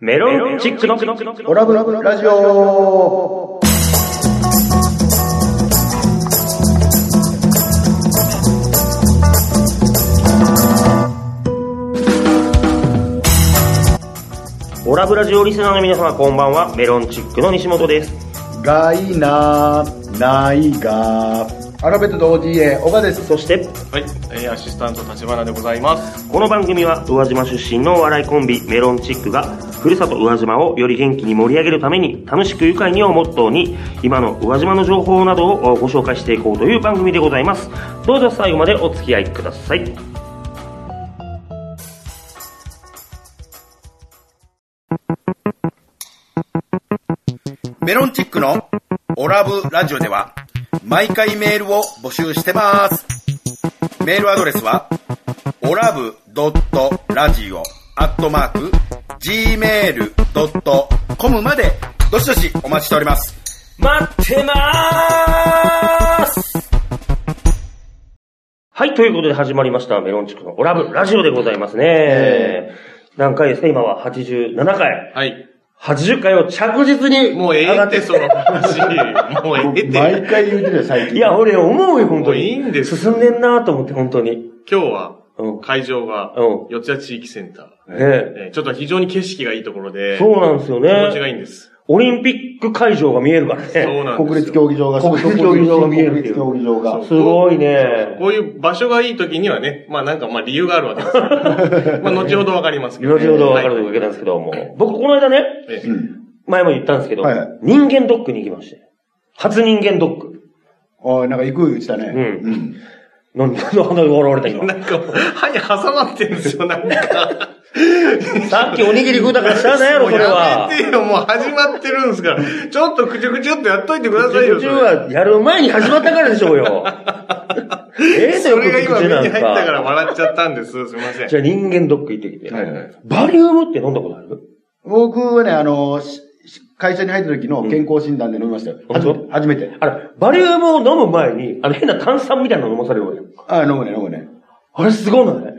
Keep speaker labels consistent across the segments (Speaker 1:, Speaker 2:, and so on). Speaker 1: メロンチックの
Speaker 2: オラブラジオ
Speaker 1: オラブラジオリスナーの皆様こんばんはメロンチックの西本です
Speaker 2: がいなないがアルファベット同 DA 小川です
Speaker 1: そして
Speaker 3: はい、えーアシスタント立花でございます。
Speaker 1: この番組は宇和島出身のお笑いコンビメロンチックがふるさと宇和島をより元気に盛り上げるために楽しく愉快にをモットーに今の宇和島の情報などをご紹介していこうという番組でございますどうぞ最後までお付き合いください
Speaker 4: メロンチックのオラブラジオでは毎回メールを募集してます。メールアドレスはオラブドットラジオアットマーク gmail.com までどしどしお待ちしております。
Speaker 1: 待ってまーすはい、ということで始まりました、メロンチックのオラブラジオでございますね。何回ですか今は87回。
Speaker 3: はい。
Speaker 1: 80回を着実に
Speaker 3: もうえ
Speaker 1: 上
Speaker 3: え
Speaker 1: が
Speaker 3: って、その話。 もうええって。
Speaker 2: 毎回言うてるよ最近
Speaker 1: いや、俺思うよ、本
Speaker 3: も
Speaker 1: 当
Speaker 3: うい
Speaker 1: に。
Speaker 3: いんです
Speaker 1: 進んでんなと思って、本当に。
Speaker 3: 今日は
Speaker 1: うん、
Speaker 3: 会場が
Speaker 1: う、
Speaker 3: 四谷地域センター。
Speaker 1: ねえ。
Speaker 3: えーちょっと非常に景色がいいところで、
Speaker 1: そうなんですよ
Speaker 3: 気持ちが
Speaker 1: ね。
Speaker 3: いいんです。
Speaker 1: オリンピック会場が見えるからね。
Speaker 3: そうなんです。
Speaker 2: 国立競技場が
Speaker 1: 国立競技場が見える
Speaker 2: 国立競技場が
Speaker 3: そう
Speaker 1: すごいね。
Speaker 3: こういう場所がいい時にはね、まあなんかまあ理由があるわけですけどまあ後ほどわかりますけど、
Speaker 1: 後ほどわかるというわけなんですけども。僕、この間ね、
Speaker 3: はいえ
Speaker 2: うん
Speaker 1: 前も言ったんですけど、
Speaker 2: はいはい
Speaker 1: 人間ドックに行きまして。初人間ドック。
Speaker 2: おいなんか行く言ってたね
Speaker 1: うん
Speaker 2: ん
Speaker 1: なんで鼻が笑われた
Speaker 3: え
Speaker 1: 今。
Speaker 3: なんかもう、歯に挟まってるんですよ、なんか。
Speaker 1: さっきおにぎり食うたから知らないやろ、
Speaker 3: もう
Speaker 1: それは
Speaker 3: や。めてよ、もう始まってるんですから。ちょっとくちゅくちゅっとやっといてくださいよ。
Speaker 1: 途中
Speaker 3: それ
Speaker 1: はやる前に始まったからでしょうよ。ええ
Speaker 3: それが今目に入っ
Speaker 1: な
Speaker 3: たから
Speaker 1: んか。
Speaker 3: 笑っちゃったんです。すみません
Speaker 1: じ。ゃあ人間ドック行ってきて。
Speaker 2: はいはい
Speaker 1: バリウムって飲んだことある
Speaker 2: 僕はねあのしし会社に入った時の健康診断で飲みましたよ
Speaker 1: うん
Speaker 2: 初めて初めて
Speaker 1: あれ、バリウムを飲む前に、あの変な炭酸みたいなの飲まされるわよ。
Speaker 2: あ飲むね飲むね
Speaker 1: あれすごない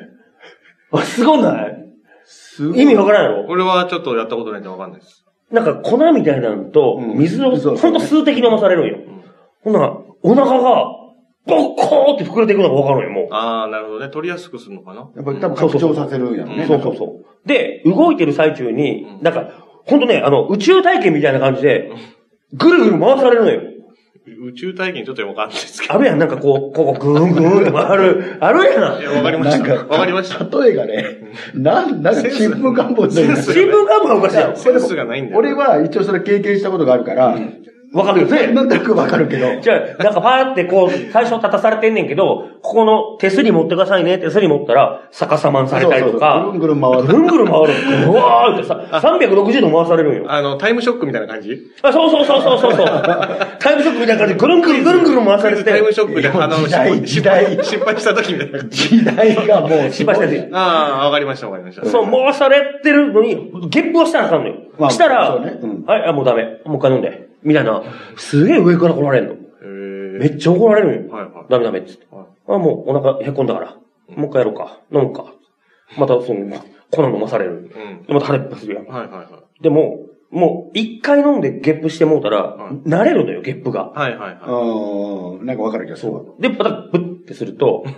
Speaker 1: あれすごない
Speaker 2: す
Speaker 1: 意味わからんやろ
Speaker 3: 俺はちょっとやったことないんでわかんないです。
Speaker 1: なんか粉みたいなのと、
Speaker 2: うん
Speaker 1: 水を、
Speaker 2: そう
Speaker 1: ほんと数滴飲まされるんよ。ほんなら、お腹が、ボッコーって膨れていくのがわかるんよ、もう。
Speaker 3: ああ、なるほどね。取りやすくするのかな。
Speaker 2: やっぱり多分拡張させるんやろね
Speaker 1: そうそうそう。で、動いてる最中に
Speaker 3: う、ん
Speaker 1: なんか、ほんとね、あの、宇宙体験みたいな感じで、ぐるぐる回されるのよ。
Speaker 3: 宇宙体験ちょっとわかんないですけ
Speaker 1: あるやん、なんかこう、ここぐーんぐーんって回る。あるや
Speaker 3: ど。い
Speaker 1: ん。
Speaker 3: や、わかりまし
Speaker 2: な
Speaker 3: た。
Speaker 2: んか
Speaker 3: わかりました。
Speaker 2: 例えがね、なん、なんかちんぷんかんぽん
Speaker 3: セン
Speaker 1: 新
Speaker 3: ス
Speaker 1: 聞看板おかしいやん。
Speaker 3: センスがないんだよ。
Speaker 2: 俺は一応それ経験したことがあるから、
Speaker 1: わかるよね。
Speaker 2: なんとなくわかるけど、
Speaker 1: じゃあ、なんかパーってこう、最初立たされてんねんけど、ここの手すり持ってくださいね、手すり持ったら、逆さまにされたりとか、
Speaker 2: そうそうそうぐるんぐるん回る
Speaker 1: ぐんぐるん回る。うわーってさ、360度回されるんよ。
Speaker 3: あの、タイムショックみたいな感じ
Speaker 1: あ、そうそうそうそうそうそう。タイムショックみたいな感じでぐるんぐるんぐるんぐるん回されて
Speaker 3: タイム
Speaker 1: て、
Speaker 3: ショックで、あの、
Speaker 2: 時代
Speaker 3: 失
Speaker 2: 時
Speaker 3: 敗
Speaker 2: 代
Speaker 3: 失敗した時みたいな感じ。
Speaker 2: 時代がもう
Speaker 1: 失敗したり。
Speaker 3: ああ、わかりました、わかりました。
Speaker 1: そう、回されてるのに、ゲップをしたらあかんのよ。
Speaker 2: まあ
Speaker 1: したら、
Speaker 2: そうねうん
Speaker 1: はい、あ、もうダメ。もう一回飲んで。みたいな、すげえ上から来られんの。
Speaker 3: へー
Speaker 1: めっちゃ怒られるんよ。
Speaker 3: はいはい
Speaker 1: ダメダメっつって。
Speaker 3: はい
Speaker 1: あ、もうお腹へこんだから。もう一回やろうか。飲むか。またその、粉飲まされる。
Speaker 3: うん
Speaker 1: でまた腹いっぱいするやん。
Speaker 3: はいはいはい。
Speaker 1: でも、もう一回飲んでゲップしてもうたら、
Speaker 3: い
Speaker 1: 慣れるのよ、ゲップが。
Speaker 3: はいはいは
Speaker 2: うん、なんかわかるけど、そう。
Speaker 1: で、またブッってすると、
Speaker 3: い。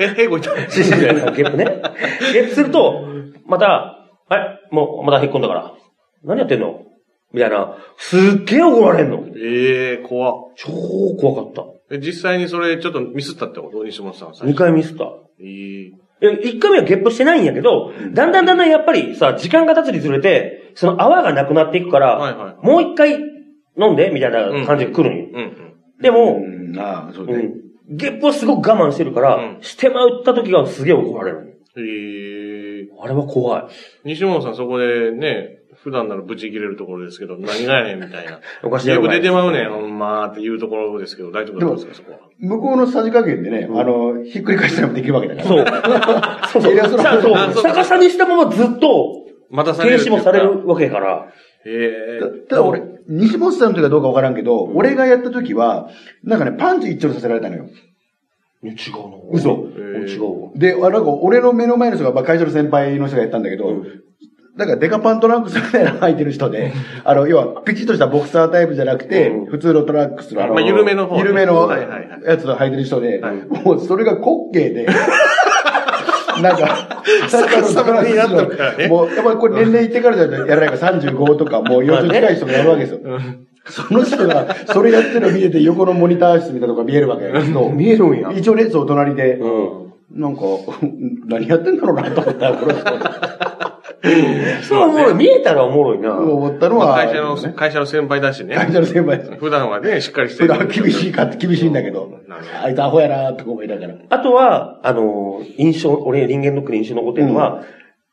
Speaker 3: え、へこいた。
Speaker 1: ゲップね。ゲップすると、また、はい、もう、またへっこんだから。何やってんのみたいな、すっげえ怒られんの。
Speaker 3: ええ、怖っ
Speaker 1: 超怖かっ
Speaker 3: え実際にそれ、ちょっとミスったってこと西本さん
Speaker 1: た。
Speaker 3: 最
Speaker 1: 二
Speaker 3: 初。
Speaker 1: 回ミスった。
Speaker 3: ええ
Speaker 1: え、一回目はゲップしてないんやけど、だんだんだんだんやっぱりさ、時間が経つにつれて、その泡がなくなっていくから、
Speaker 3: はいはい
Speaker 1: もう一回飲んで、みたいな感じが来るんよ。
Speaker 3: うんうん。
Speaker 1: でも、
Speaker 2: うん、ああ、そう
Speaker 1: う
Speaker 2: ね。
Speaker 1: んゲップをすごく我慢してるから、
Speaker 3: うん
Speaker 1: してまうった時がすげえ怒られる。
Speaker 3: ええ
Speaker 1: あれは怖い。
Speaker 3: 西本さんそこでね、普段ならブチ切れるところですけど、何がやねんみたい な。
Speaker 1: おかしいや
Speaker 3: よ
Speaker 1: ろ
Speaker 3: く出てまうねん、ほんまーっていうところですけど、大丈夫だったんですか、そこは。
Speaker 2: 向こうのさじ加減でね、あの、ひっくり返したりもできるわけだから。
Speaker 1: そう。そうそう
Speaker 2: い やそれ
Speaker 1: さあそう
Speaker 3: あそう
Speaker 1: 逆さにしたままずっと、
Speaker 3: またされ
Speaker 1: 停
Speaker 3: るっ
Speaker 1: 止
Speaker 3: ていう
Speaker 1: も
Speaker 3: か。
Speaker 1: されるわけやから。
Speaker 3: ええ
Speaker 2: たただ俺、西本さんの時はどうかわからんけど、俺がやった時は、なんかね、パンチ一丁させられたのよ。
Speaker 1: いや違うな。
Speaker 2: 嘘
Speaker 1: 俺違うわ。
Speaker 2: で、あなんか俺の目の前の人が、まあ、会社の先輩の人がやったんだけど、なんかデカパントランクスみたいなの履いてる人で、あの、要は、ピチッとしたボクサータイプじゃなくて、普通のトランクスのあの、
Speaker 3: まあ緩めの方
Speaker 2: 緩めの
Speaker 3: はいはいはい
Speaker 2: やつを履いてる人で、
Speaker 3: はい
Speaker 2: もうそれが滑稽で、なん か、サッカーのトランク
Speaker 3: になってるから
Speaker 2: ス
Speaker 3: ね
Speaker 2: の、もう、やっぱりこれ年齢いってからじゃやらないから35とか、もう40近い人もやるわけですよ。その人が、それやってるの見てて、横のモニター室みたいなとこが見えるわけやけど、
Speaker 5: 見えるんや。
Speaker 2: 一応列を隣で、
Speaker 5: うん。
Speaker 2: なんか、 何やってんだろうなと思ったら、この人。
Speaker 5: そうおもろい。見えたらおもろいな。
Speaker 2: 思ったの
Speaker 3: ま
Speaker 2: は、
Speaker 3: あ会社の、
Speaker 2: ね
Speaker 3: 会社の先輩だしね。
Speaker 2: 会社の先輩です。
Speaker 3: 普段はね、しっかりして
Speaker 2: 普
Speaker 3: る。
Speaker 2: 段厳しいかって厳しいんだけど
Speaker 3: なるほ、
Speaker 2: あいつアホやなーとか思いながら。
Speaker 1: あとは、あの、印象、俺、人間ドックで印象に残ってるのは、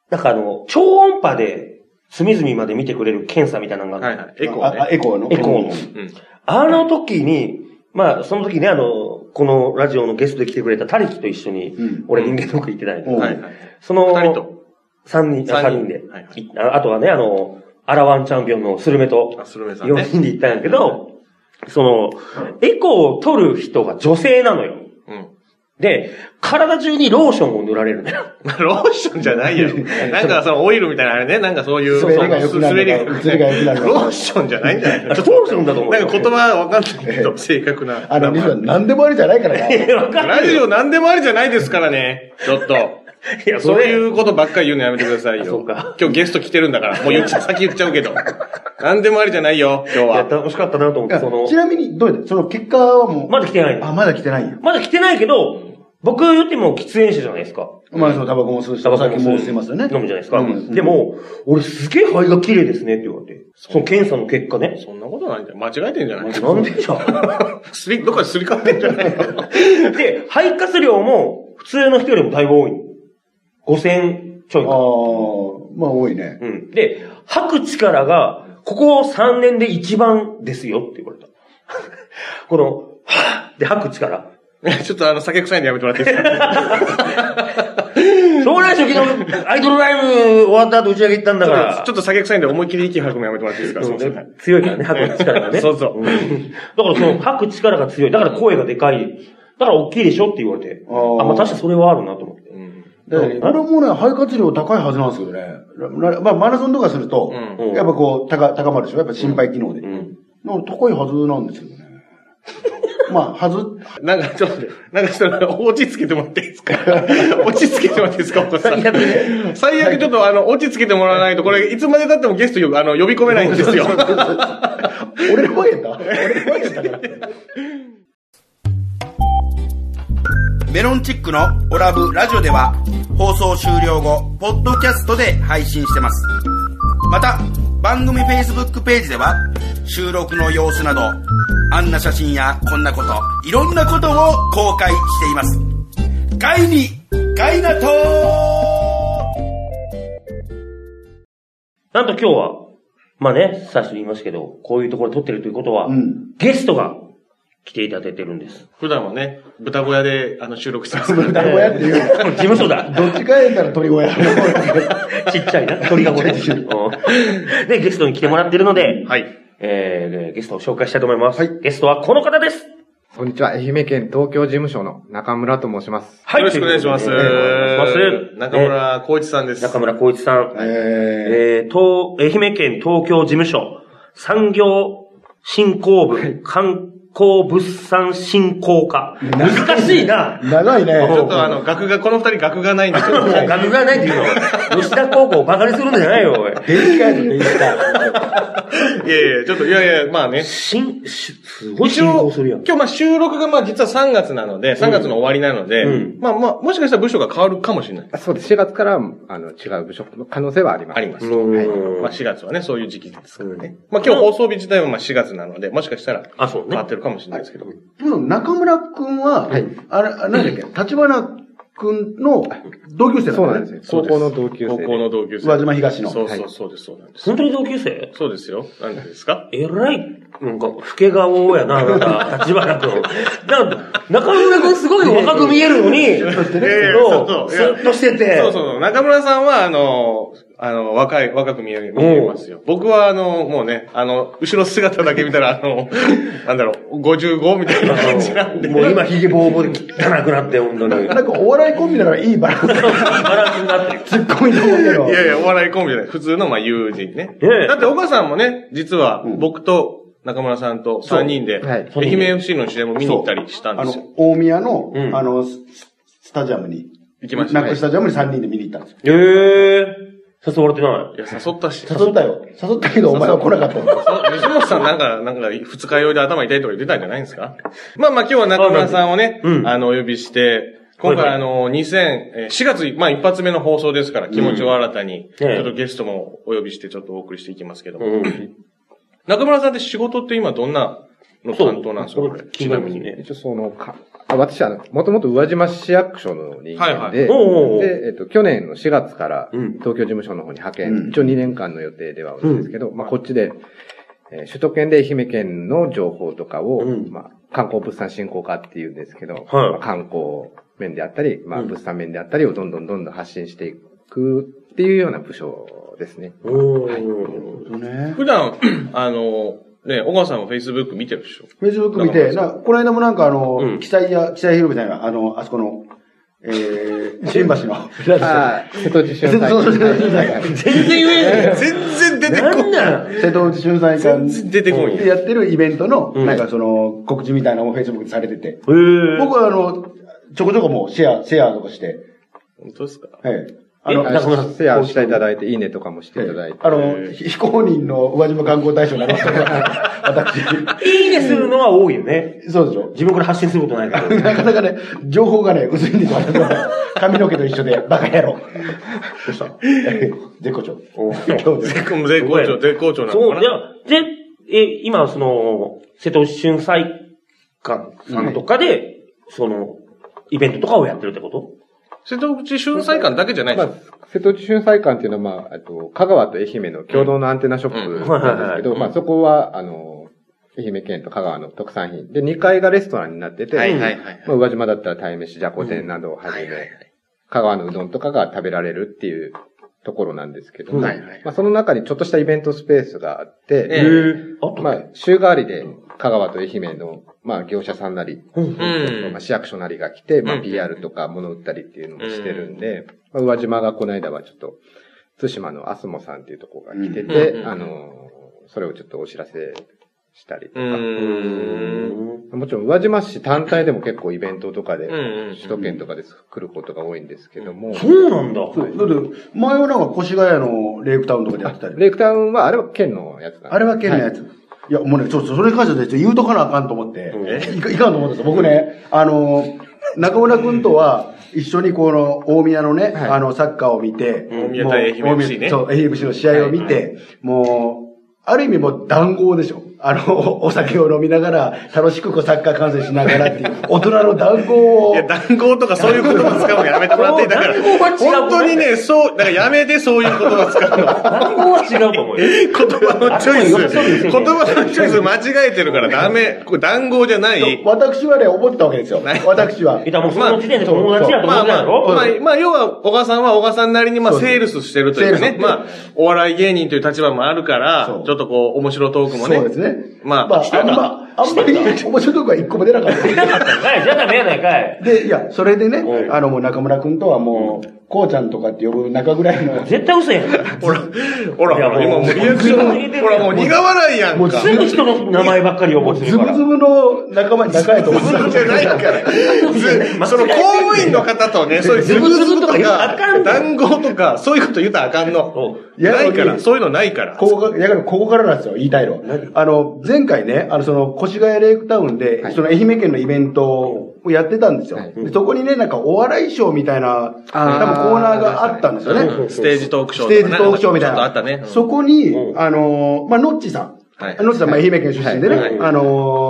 Speaker 1: なんかあの、超音波で隅々まで見てくれる検査みたいなのがあ
Speaker 3: は
Speaker 1: っ
Speaker 3: い
Speaker 1: て、
Speaker 3: はい。エコー
Speaker 2: ああ
Speaker 3: ね。
Speaker 2: エコーの。
Speaker 1: エコーの。
Speaker 3: うん。
Speaker 1: あの時に、まあ、その時ね、あの、このラジオのゲストで来てくれたタリキと一緒に、
Speaker 2: うん
Speaker 1: 俺人間ドック行ってない、
Speaker 2: うん
Speaker 3: はいはい。
Speaker 1: その、
Speaker 3: 二人と。
Speaker 1: 三人、あ
Speaker 3: 三
Speaker 1: 三
Speaker 3: 人
Speaker 1: 人で。
Speaker 3: はいはい
Speaker 1: 行ったあとはね、あの、アラワンチャンピオンのスルメと、
Speaker 3: あ、スルメさん
Speaker 1: 4
Speaker 3: ね。
Speaker 1: 人で行ったんやけど、その、エコーを取る人が女性なのよ。
Speaker 3: うん。
Speaker 1: で、体中にローションを塗られるのよ。
Speaker 3: まあ ローションじゃないやろ。なんかそのオイルみたいなあれね、なんかそういう。
Speaker 2: 滑りが良くなる
Speaker 3: そうそう
Speaker 2: 滑りが良くなる
Speaker 3: ローションじゃないんじ ゃない
Speaker 1: ローションだと思うよ。
Speaker 3: なんか言葉わかんないけど、正確な。
Speaker 2: あの、
Speaker 3: 名
Speaker 2: 実は
Speaker 3: 前
Speaker 2: 何でもありじゃない から
Speaker 1: いや
Speaker 2: な。
Speaker 1: わか
Speaker 3: ラ
Speaker 1: る
Speaker 3: ジ
Speaker 1: よ。
Speaker 3: オ何でもありじゃないですからね。ちょっと。
Speaker 1: いや、そ
Speaker 3: そうい
Speaker 1: れ、
Speaker 3: うことばっかり言うのやめてください
Speaker 1: あ
Speaker 3: よ。
Speaker 1: そうか
Speaker 3: 今日ゲスト来てるんだから、もう言っちゃ、先言っちゃうけ ど。何でもありじゃないよ、今日
Speaker 1: いや、
Speaker 3: は。
Speaker 1: 楽しかったなと思って、その
Speaker 2: ち、なみに、どうやってその結果はもう、
Speaker 1: まだ来てない
Speaker 2: あ、
Speaker 1: の。
Speaker 2: まだ来てないよ。
Speaker 1: まだ来てないけど、僕よっても喫煙者じゃないですか。
Speaker 2: まあ、そのタバコも吸うし、
Speaker 1: タバ
Speaker 2: お
Speaker 1: コも
Speaker 2: 酒
Speaker 1: 吸う
Speaker 2: も吸いますよね。
Speaker 1: 飲むじゃないですか。
Speaker 2: うん
Speaker 1: でも、俺すげえ肺が綺麗ですねって言われて。その検査の結果ね。
Speaker 3: そんなことないんじゃん。間違えてんじゃない
Speaker 1: なんでじゃん。
Speaker 3: すり、どっかですり替わってんじゃないの
Speaker 1: で、肺活量も普通の人よりもだいぶ多い。5000ちょい
Speaker 2: あ
Speaker 1: か。
Speaker 2: あー、まあ多いね。
Speaker 1: うん。で、吐く力が、ここ3年で一番ですよって言われた。 この、はぁって吐く力。
Speaker 3: ちょっとあの、酒臭いんでやめてもらっていいですか
Speaker 1: 将来初期のアイドルライブ終わった後打ち上げ行ったんだ
Speaker 3: ち
Speaker 1: か
Speaker 3: ょっ
Speaker 1: ら
Speaker 3: とちょ。っと酒臭いんで思いっきり息吐くのやめてもらっていいですかすい
Speaker 1: うん
Speaker 3: ませんはい
Speaker 1: 強いからね、吐く力がね。
Speaker 3: そうそうん
Speaker 1: だからその吐く力が強い。だから声がでかい。だから大きいでしょって言われて。
Speaker 2: あー
Speaker 1: あ、まあ確かにそれはあるなと思って。
Speaker 2: だから俺もね、肺活量高いはずなんですけどね。なまあ、マラソンとかすると、
Speaker 1: うん
Speaker 2: やっぱこう、高、高まるでしょやっぱ心肺機能で。
Speaker 1: ん
Speaker 2: なんか高いはずなんですけどね。 まあ、はず、
Speaker 3: なんか ちょっと、なんかそれ、落ち着けてもらっていいですか落ち着けてもらっていいですかお父さん
Speaker 1: 最悪ね
Speaker 3: 最悪ちょっとあの、落ち着けてもらわないと、これ、いつまで経ってもゲストよあの呼び込めないんですよ。
Speaker 2: 俺の声やっ た俺の声やったから。
Speaker 4: メロンチックのオラブラジオでは放送終了後、ポッドキャストで配信してます。また、番組 Facebook ページでは収録の様子など、あんな写真やこんなこと、いろんなことを公開しています。ガイに、ガイナトー
Speaker 1: なんと今日は、まあね、最初に言いますけど、こういうところで撮ってるということは、
Speaker 2: うん
Speaker 1: ゲストが来ていただいてるんです。
Speaker 3: 普段はね、豚小屋であの収録してますからね。
Speaker 2: 豚小屋っていうより
Speaker 1: 事務所だ。
Speaker 2: どっちかやったら鳥小屋。
Speaker 1: ちっちゃいな、鳥がね。
Speaker 2: ちっちゃい
Speaker 1: うんで、ゲストに来てもらってるので、
Speaker 3: はい。
Speaker 1: えー、ゲストを紹介したいと思います。ゲストはこの方です。
Speaker 6: こんにちは。愛媛県東京事務所の中村と申します。
Speaker 1: はい。
Speaker 3: よろしくお願いします。
Speaker 1: ということでお願いします
Speaker 3: 中村浩一さんです。
Speaker 1: 中村光一さん。
Speaker 2: え
Speaker 1: えー、東、愛媛県東京事務所、産業振興部、観光物産振興課。難しいな
Speaker 2: ー、。長いね。
Speaker 3: ちょっとあの、学が、この二人学がないんで、ちょっと
Speaker 1: 学がないっていう の。吉田高校をバカにするんじゃないよ、おい。
Speaker 2: 電子会と電子会。
Speaker 3: いやいや、ちょっと、いやいや、まあね。
Speaker 1: 新、しすごい
Speaker 3: 一
Speaker 1: 進
Speaker 3: 応
Speaker 1: 行、するや
Speaker 3: 今
Speaker 1: ん。
Speaker 3: 日まあ収録がまあ実は3月なので、3月の終わりなので、
Speaker 1: うん
Speaker 3: まあまあ、もしかしたら部署が変わるかもしれない。
Speaker 6: あそうです。4月から、あの、違う部署の可能性はあります。
Speaker 3: あります。
Speaker 1: うん
Speaker 3: まあ4月はね、そういう時期ですからね。まあ今日放送日自体はまあ4月なので、もしかしたら
Speaker 1: あそうね
Speaker 3: 変わってるかもしれないですけど。
Speaker 2: でも中村くんは、あれ、なんだっけ、立花くんの同級生
Speaker 6: そう
Speaker 2: な
Speaker 6: なん
Speaker 2: ん
Speaker 6: で
Speaker 2: だ
Speaker 6: す
Speaker 2: ね。
Speaker 6: よ。高校の同級
Speaker 3: 高
Speaker 6: 生
Speaker 3: 校
Speaker 6: で。
Speaker 3: の同級生。
Speaker 2: 宇和島東の
Speaker 3: そうそう、そうです、そうなんです。
Speaker 1: 本当に同級生
Speaker 3: そうですよ。なんでですか
Speaker 1: えらい、なんか、老け顔やな、あ なた、立花君。なんか、中村君すごい若く見えるのに、
Speaker 3: ええそうそう
Speaker 1: スッとしてて、
Speaker 3: そうそうそう。中村さんは、あの、あの、若い、若く見える、見えますよ。僕は、あの、もうね、あの、後ろ姿だけ見たら、あの、なんだろう、55みたいな感じなんで。
Speaker 5: もう今、ヒゲボーボーで汚くなって、本当に。
Speaker 2: なんかお笑いコンビならいいバランス。
Speaker 5: バランスになってる。
Speaker 2: ツッコミのもんだよ
Speaker 3: い。やいや、お笑いコンビじゃない。普通の、まあ、友人ね。
Speaker 5: ええ
Speaker 3: だって、岡さんもね、実は、僕と中村さんと3人で、
Speaker 6: はい
Speaker 3: 愛媛 FC の試合も見に行ったりしたん
Speaker 2: あ
Speaker 3: で
Speaker 2: の
Speaker 3: すよ。、
Speaker 2: 大宮の、
Speaker 5: うん
Speaker 2: あの、ススタジアムに。
Speaker 3: 行きました
Speaker 2: な
Speaker 3: ね。
Speaker 2: んかスタジアムに3人で見に行ったんですよ。
Speaker 5: ええ誘われてない
Speaker 3: い。や、誘ったし。
Speaker 2: 誘ったよ。誘ったけどお前は来なかったんだよ。
Speaker 3: そう西本さんなんか、なんか、二日酔いで頭痛いとか言ってたんじゃないんです かまあまあ今日は中村さんをね、
Speaker 5: あなんでうん
Speaker 3: あの、お呼びして、今
Speaker 5: はい
Speaker 3: 回
Speaker 5: はい
Speaker 3: あの、2000、えー4月、まあ一発目の放送ですから、気持ちを新たに、ちょっとゲストもお呼びしてちょっとお送りしていきますけども。
Speaker 5: うん。
Speaker 3: 中村さんって仕事って今どんなの担当なんですか
Speaker 5: そう
Speaker 3: これ
Speaker 5: 気
Speaker 3: ち
Speaker 5: にな
Speaker 3: な
Speaker 5: り
Speaker 3: み
Speaker 5: ます
Speaker 3: に
Speaker 5: ね
Speaker 3: ね。
Speaker 6: 一応そのか、あ私は、もともと宇和島市役所の人間で、
Speaker 5: はいはいおうおうおう
Speaker 6: で、えっと、去年の4月から
Speaker 5: うん
Speaker 6: 東京事務所の方に派遣、
Speaker 2: うん
Speaker 6: 一応2年間の予定ではあるんですけど、まあ、こっちで、えー首都圏で愛媛県の情報とかを、
Speaker 5: うん
Speaker 6: まあ、観光物産振興課っていうんですけど、
Speaker 5: はい
Speaker 6: まあ観光面であったり、まあ、
Speaker 5: うん
Speaker 6: 物産面であったりをどんどんどんどん発信していくっていうような部署ですね。
Speaker 5: お
Speaker 2: そうね。
Speaker 3: 普段、あの、ね、小川さんは Facebook 見てるでしょ
Speaker 2: フェイスブック見て、な、この間もなんかあの、
Speaker 5: うん
Speaker 2: 記載や、記載広場じゃないわあの、あそこの、え ー、新橋の。
Speaker 6: ああ、瀬戸内俊
Speaker 2: 瀬戸内俊
Speaker 6: 哉
Speaker 2: 哉
Speaker 6: はい
Speaker 5: 全然言えない。
Speaker 3: 全然出てこ
Speaker 5: なんなん
Speaker 2: 瀬戸内俊哉館
Speaker 3: 全然出てこんよ
Speaker 2: でやってるイベントの、
Speaker 5: うん
Speaker 2: なんかその、告知みたいなのをフェイスブックでされてて。
Speaker 5: え
Speaker 2: 僕はあの、ちょこちょこもうシェア、シェアとかして、
Speaker 3: 本当ですか
Speaker 2: はい。あの、
Speaker 5: え中村
Speaker 6: あシェアしていただいて、いいねとかもしていただいて。
Speaker 2: あの、ひ非公認の宇和島観光大使になりましたから、 私。
Speaker 5: いいねするのは多いよね。
Speaker 2: そうでしょ。
Speaker 5: 自分から発信することないから。
Speaker 2: なかなかね、情報がね、薄いんですよ。 髪の毛と一緒で、 バカ野郎。どうした絶好調。今日で。
Speaker 3: もう絶好調、絶好調なの
Speaker 5: そう、
Speaker 3: か
Speaker 5: じゃ
Speaker 3: な
Speaker 5: あで、え、今、その、瀬戸内春祭館さんとかで、その、イベントとかをやってるってこと
Speaker 3: 瀬戸口春祭館だけじゃないで
Speaker 6: ますあ、瀬戸内春祭館っていうのは、まあ、あと、香川と愛媛の共同のアンテナショッ
Speaker 3: うん
Speaker 6: プ
Speaker 5: はいはい
Speaker 6: なん
Speaker 5: はい
Speaker 6: ですけど、まあ、そこは、あの、愛媛県と香川の特産品。で、2階がレストランになってて、
Speaker 4: はいはいはい。
Speaker 6: まあ、宇和島だったら鯛めし、じゃこ天などをはじめ、香川のうどんとかが食べられるっていうところなんですけど、
Speaker 5: うん
Speaker 6: ま
Speaker 4: はいはい。
Speaker 6: あ、その中にちょっとしたイベントスペースがあって、
Speaker 3: ええ
Speaker 5: あと、
Speaker 6: まあ、週替わりで、香川と愛媛の、まあ、業者さんなり、
Speaker 5: うん
Speaker 3: うん
Speaker 6: まあ、市役所なりが来て、ま
Speaker 3: う
Speaker 6: あ、
Speaker 3: ん
Speaker 6: PR とか物売ったりっていうのもしてるんで、まあ、宇和島がこの間はちょっと、津島のアスモさんっていうところが来てて、
Speaker 3: うん
Speaker 6: あのー、それをちょっとお知らせしたりと
Speaker 3: う
Speaker 6: か、
Speaker 3: ーん。
Speaker 6: もちろん宇和島市単体でも結構イベントとかで、
Speaker 3: うんうんうん
Speaker 6: 首都圏とかで来ることが多いんですけども、
Speaker 5: そうなんだ。
Speaker 2: そうですだって、前はなんか越谷のレイクタウンとかでやってたり。
Speaker 6: レイクタウンは、あれは県のやつなんで
Speaker 2: あれは県のやつ。いや、もうね、ちょっとそれに関してはねちょっと言うとかなあかんと思って、いかいかんと思ったんですよ僕ね、あの、中村くんとは、一緒にこの、大宮のね、
Speaker 6: はい
Speaker 2: あの、サッカーを見て、
Speaker 3: 大宮対愛媛
Speaker 2: もう
Speaker 3: FC ね
Speaker 2: そう、愛媛 FC の試合を見て、もう、ある意味もう談合でしょ。あの、 お酒を飲みながら、楽しくこうサッカー観戦しながらっていう、大人の談合を
Speaker 3: いや、、談合とかそういう言葉使うのやめてもらっていいだから、
Speaker 5: 談合は違う
Speaker 3: 本当にね、そう、だからやめてそういう言葉使うの。
Speaker 5: 何語は違うと思うよ。
Speaker 3: 言葉のチョイ
Speaker 5: あそうです
Speaker 3: ス、
Speaker 5: よね
Speaker 3: 言葉のチョイス間違えてるからダメ。これ談合じゃない。
Speaker 2: 私はね、思ってたわけですよ。私は。
Speaker 5: いや、もうその時点で友達やと思
Speaker 3: ま
Speaker 5: っ
Speaker 3: あ
Speaker 5: てた
Speaker 3: ま
Speaker 5: や
Speaker 3: あ、
Speaker 5: ろ、
Speaker 3: まあ、まあ、要は、小川さんは小川さんなりに、まあ、
Speaker 2: そうです
Speaker 3: セールスしてるというか
Speaker 2: セー
Speaker 3: ね
Speaker 2: ル、ス
Speaker 3: まあ、お笑い芸人という立場もあるから
Speaker 2: そ、う
Speaker 3: ちょっとこう、面白トークもね。
Speaker 2: そうですね。
Speaker 3: まあ
Speaker 2: まあ、
Speaker 3: してた
Speaker 2: あんま、あんまり面白いとこは一個も出なかった。
Speaker 5: いなかったんかいじゃダメやないかい。
Speaker 2: で、いや、それでね
Speaker 5: う、ん
Speaker 2: あの、もう中村くんとはもう、こうちゃんとかって呼ぶ中ぐらいの、
Speaker 5: 絶対嘘やん。
Speaker 3: ほら、ほら、
Speaker 5: いやもう
Speaker 3: 今もうリアクション、ほら、もう苦笑いやんか。
Speaker 5: すぐ人の名前ばっかり覚えて
Speaker 2: ズ
Speaker 5: るか
Speaker 2: ブ
Speaker 5: ら。
Speaker 2: ズブの仲間に仲いと思ってたん
Speaker 3: じゃないから。ずその公務員の方とね、そういうズブズ
Speaker 5: ズブ
Speaker 3: ブと
Speaker 5: ズブとか言うたらあ
Speaker 3: か
Speaker 5: かん、
Speaker 3: 談合とか、そういうこと言うたらあかんの。
Speaker 2: いや
Speaker 3: ないか
Speaker 2: い
Speaker 3: ら、
Speaker 2: や
Speaker 3: そういうのないから。
Speaker 2: ここが、だからここからなんですよ、言いたいのは。あの、前回ね、あの、その、越谷レイクタウンで、その愛媛県のイベントをやってたんですよ。
Speaker 6: はい
Speaker 2: でそこにね、なんかお笑いショーみたいな、多分コーナーがあったんですよね。
Speaker 3: ステージトークショ
Speaker 2: ス
Speaker 3: ーとか
Speaker 2: テー
Speaker 3: ね
Speaker 2: ジトークショーみたい
Speaker 3: ちょ
Speaker 2: な。
Speaker 3: っとあったね。
Speaker 2: そこに、あのー、まあ、ノッチさん。
Speaker 3: はい
Speaker 2: ノッチさん、まあ、愛媛県出身でね、
Speaker 3: はい
Speaker 2: あの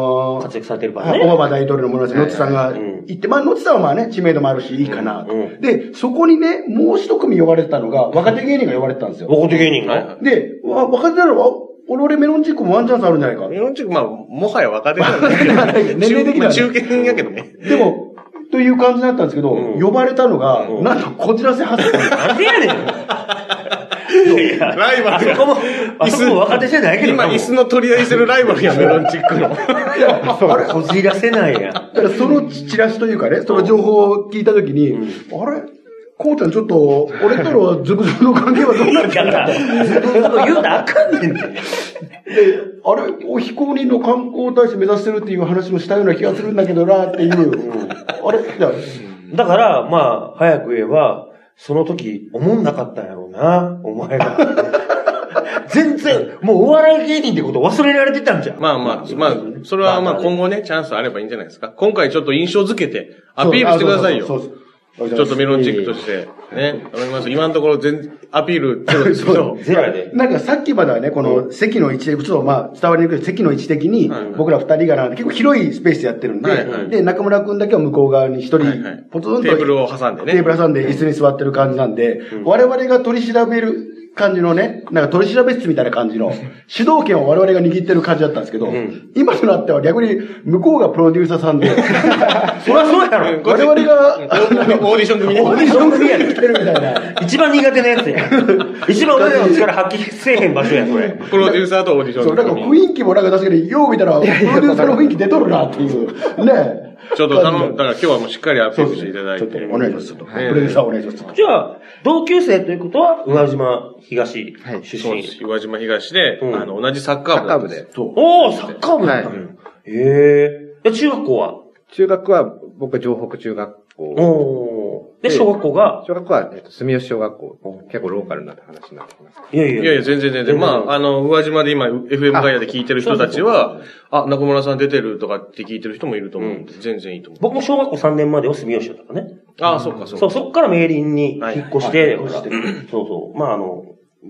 Speaker 2: ー
Speaker 5: 活躍されてるから
Speaker 2: はい
Speaker 5: ね。
Speaker 2: オバマ大統領のものです。ノッチさんが行って、まあ、ノッチさんはまあね、知名度もあるし、いいかなと
Speaker 5: うんう。
Speaker 2: で、そこにね、もう一組呼ばれてたのが、若手芸人が呼ばれてたんですよ。
Speaker 5: 若手芸人
Speaker 3: はいは
Speaker 5: が。
Speaker 2: で、わ若手なら、わ俺俺メロンチックもワンチャンスあるんじゃないか。
Speaker 3: 日本人、まあ、もはや若手じゃない けど
Speaker 2: 年齢的にはね
Speaker 3: 中中堅やけどね。
Speaker 2: でも、という感じだったんですけど、呼ばれたのが、
Speaker 5: うん
Speaker 2: なんとこじらせ発生。
Speaker 5: なんでやねん。
Speaker 3: ライバル
Speaker 1: あそこも
Speaker 3: が。、
Speaker 1: あそこも若手じゃないけど
Speaker 3: 今、
Speaker 1: な
Speaker 3: 椅子の取り合いしてるライバルや、メロンチックの。
Speaker 1: あれ、こじらせないやん。
Speaker 2: だからそのチラシというかね、その情報を聞いたときに、あれこうちゃんちょっと、俺とのズブズブの関係はどうなっちゃ
Speaker 1: だか
Speaker 2: うんだ
Speaker 1: ら、
Speaker 2: で、
Speaker 1: ずっ と言うなあかんねんて。
Speaker 2: あれお非公認の観光大使目指してるっていう話もしたような気がするんだけどなっていう。あれじゃあ
Speaker 1: だから、まあ、早く言えば、その時、思んなかったんやろうな、お前が。全然、もうお笑い芸人ってこと忘れられてたんじゃん。
Speaker 3: まあまあ、まあ、それはまあ今後ね、チャンスあればいいんじゃないですか。今回ちょっと印象づけて、アピールしてくださいよ。
Speaker 2: そう
Speaker 3: ち
Speaker 2: そうそうそう
Speaker 3: ょっとメロンチックとして。ね。頼みます。今のところ全、アピールゼロですけ ど。
Speaker 1: ゼロやで。
Speaker 2: なんかさっきまではね、この席の位置で、ちょっとまあ伝わりにくい席の位置的に
Speaker 3: はいはい、
Speaker 2: 僕ら二人がなんか結構広いスペースでやってるん
Speaker 3: はいは
Speaker 2: で、
Speaker 3: い
Speaker 2: で、中村くんだけは向こう側に一人
Speaker 3: はいはい、
Speaker 2: ポツンと。
Speaker 3: テーブルを挟んでね
Speaker 2: テーブル挟んで椅子に座ってる感じなんで、我々が取り調べる感じのね、なんか取り調べ室みたいな感じの、主導権を我々が握ってる感じだったんですけど、今となっては逆に向こうがプロデューサーさん で、
Speaker 1: そりゃそうやろ。
Speaker 2: 我々が
Speaker 3: うんオーディオーディション組 ね。
Speaker 2: オーディション組やってるみたいな。
Speaker 1: 一番苦手なやつや。一番俺らの力発揮せえへん場所や、それ。
Speaker 3: プロデューサーとオーディショ
Speaker 2: そう、
Speaker 3: ン
Speaker 2: なんか
Speaker 3: 組。
Speaker 2: 雰囲気もなんか確かに、よう見たら、プロデューサーの雰囲気出とるなっ ていう。ねえ
Speaker 3: ちょっと頼む。だ
Speaker 2: 感
Speaker 3: から今日はもうしっかりア
Speaker 2: じ
Speaker 3: ピ
Speaker 2: そ
Speaker 3: ー
Speaker 2: う
Speaker 3: ル
Speaker 2: ですね。
Speaker 3: してい
Speaker 2: ち
Speaker 3: た
Speaker 2: ょ
Speaker 3: だ
Speaker 2: っ
Speaker 3: い
Speaker 2: と
Speaker 3: て。
Speaker 2: お願いします。ちょっと。プロ
Speaker 3: え
Speaker 2: デ
Speaker 3: え
Speaker 2: ューサーお願いします。ちょっと
Speaker 1: じゃあ、同級生ということは、宇和島東出
Speaker 3: そうで
Speaker 1: 身。
Speaker 3: す。岩島東で、
Speaker 1: うん
Speaker 3: あの、同じサッカ
Speaker 6: サ
Speaker 3: ー
Speaker 6: ッ
Speaker 3: 部
Speaker 6: カ
Speaker 3: な
Speaker 6: ー
Speaker 3: ん
Speaker 6: 部
Speaker 3: です。
Speaker 6: で。
Speaker 1: おー、サッカー部なんだ。
Speaker 6: は
Speaker 1: へえ。で、中学校は
Speaker 6: 中学は、僕は城北中学校。
Speaker 1: おー。で、小学校が、
Speaker 6: 小学校は、えっと、住吉小学校。結構ローカルな話になってきます。
Speaker 1: いやいや
Speaker 3: いやいや、全然全然。まあ、あの、宇和島で今、FM ガイアで聞いてる人たちは、あ、中村さん出てるとかって聞いてる人もいると思うんで、全然いいと思
Speaker 1: 僕も小学校3年までは住吉だったからね。
Speaker 3: う。あ、そっかそっ
Speaker 1: そう、
Speaker 3: か。
Speaker 1: そっから明林に
Speaker 3: はい
Speaker 1: 引っ越して、
Speaker 2: はい
Speaker 1: だからそうそう。まあ、あの、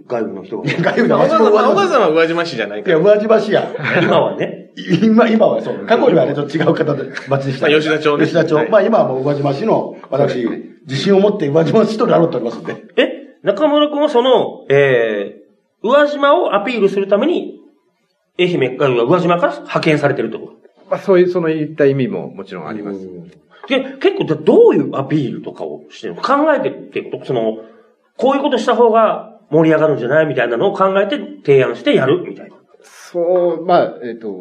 Speaker 1: 外部の人が。
Speaker 2: 外部
Speaker 3: ま
Speaker 2: の
Speaker 3: あお
Speaker 2: 話
Speaker 3: 母さん
Speaker 2: も
Speaker 3: は、お母
Speaker 2: わ
Speaker 3: さんは宇和島市じゃない
Speaker 2: い
Speaker 3: か
Speaker 2: や、
Speaker 3: ら。
Speaker 2: 上地橋や。
Speaker 1: 今 はね。
Speaker 2: 今、今はそう。過去にはね、ちょっと違う方で、町でした。
Speaker 3: まあ吉田町ね
Speaker 2: 吉田町
Speaker 3: はい。
Speaker 2: まあ今はもう上島市の、私、自信を持って上島市と名乗っておりますんで。
Speaker 1: え、中村くんはその、えー、宇和島をアピールするために、愛媛、あ宇和島から派遣されてるってこ
Speaker 6: まあ、そういう、その言った意味ももちろんあります。
Speaker 1: と。で、結構、じゃあどういうアピールとかをしてるの考えてるってことその、こういうことした方が盛り上がるんじゃないみたいなのを考えて提案してやるみたいな。
Speaker 6: そう、まあ、えっ、と、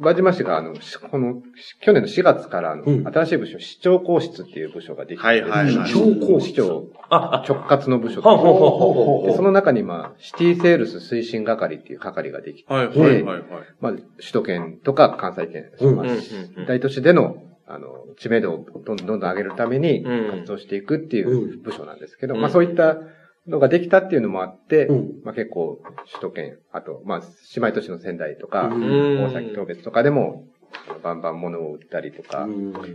Speaker 6: バジマ氏が、あの、しこの、し去年の4月から、あの
Speaker 1: うん
Speaker 6: 新しい部署、市長公室っていう部署ができて、
Speaker 3: はいはいはい
Speaker 6: 市長公室市長
Speaker 1: あ、
Speaker 6: 直轄の部署
Speaker 1: あ、ほうほうほうほうほう。
Speaker 6: で、その中に、まあ、シティセールス推進係っていう係ができて、
Speaker 3: はいはいはいはい。
Speaker 6: まあ、首都圏とか関西圏、
Speaker 1: うん
Speaker 6: まあ
Speaker 3: うんうんうん
Speaker 6: 大都市での、あの、知名度をどんどんどんどん上げるために
Speaker 3: うん
Speaker 6: 活動していくってい
Speaker 1: うん
Speaker 6: う部署なんですけど、
Speaker 3: うん
Speaker 6: まあそういったのができたっていうのもあって、
Speaker 1: うん
Speaker 6: まあ結構首都圏、あと、まあ姉妹都市の仙台とか、
Speaker 1: うん
Speaker 6: 大崎東別とかでも、バンバン物を売ったりとか、